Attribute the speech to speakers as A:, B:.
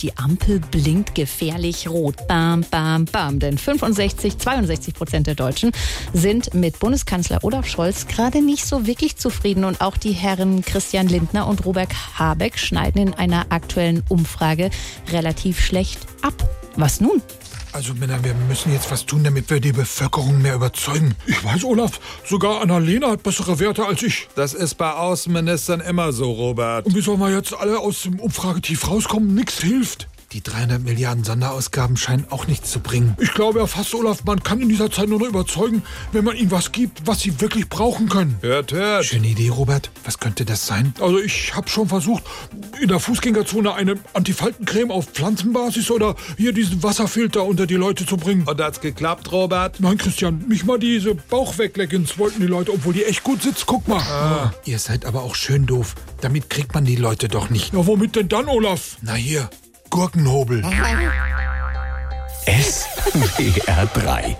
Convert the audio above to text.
A: Die Ampel blinkt gefährlich rot. Bam, bam, bam. Denn 65, 62 Prozent der Deutschen sind mit Bundeskanzler Olaf Scholz gerade nicht so wirklich zufrieden. Und auch die Herren Christian Lindner und Robert Habeck schneiden in einer aktuellen Umfrage relativ schlecht ab. Was nun?
B: Also Männer, wir müssen jetzt was tun, damit wir die Bevölkerung mehr überzeugen.
C: Ich weiß, Olaf, sogar Annalena hat bessere Werte als ich.
D: Das ist bei Außenministern immer so, Robert.
C: Und wie sollen wir jetzt alle aus dem Umfragetief rauskommen? Nix hilft.
B: Die 300 Milliarden Sonderausgaben scheinen auch nichts zu bringen.
C: Ich glaube ja fast, Olaf, man kann in dieser Zeit nur noch überzeugen, wenn man ihnen was gibt, was sie wirklich brauchen können.
D: Hört, hört.
B: Schöne Idee, Robert. Was könnte das sein?
C: Also ich habe schon versucht, in der Fußgängerzone eine Antifaltencreme auf Pflanzenbasis oder hier diesen Wasserfilter unter die Leute zu bringen.
D: Und hat's geklappt, Robert?
C: Nein, Christian, nicht mal diese Bauchwegleggings wollten die Leute, obwohl die echt gut sitzt. Guck mal. Ah.
B: Ihr seid aber auch schön doof. Damit kriegt man die Leute doch nicht.
C: Na, womit denn dann, Olaf?
B: Na hier, Gurkenhobel.
E: SWR 3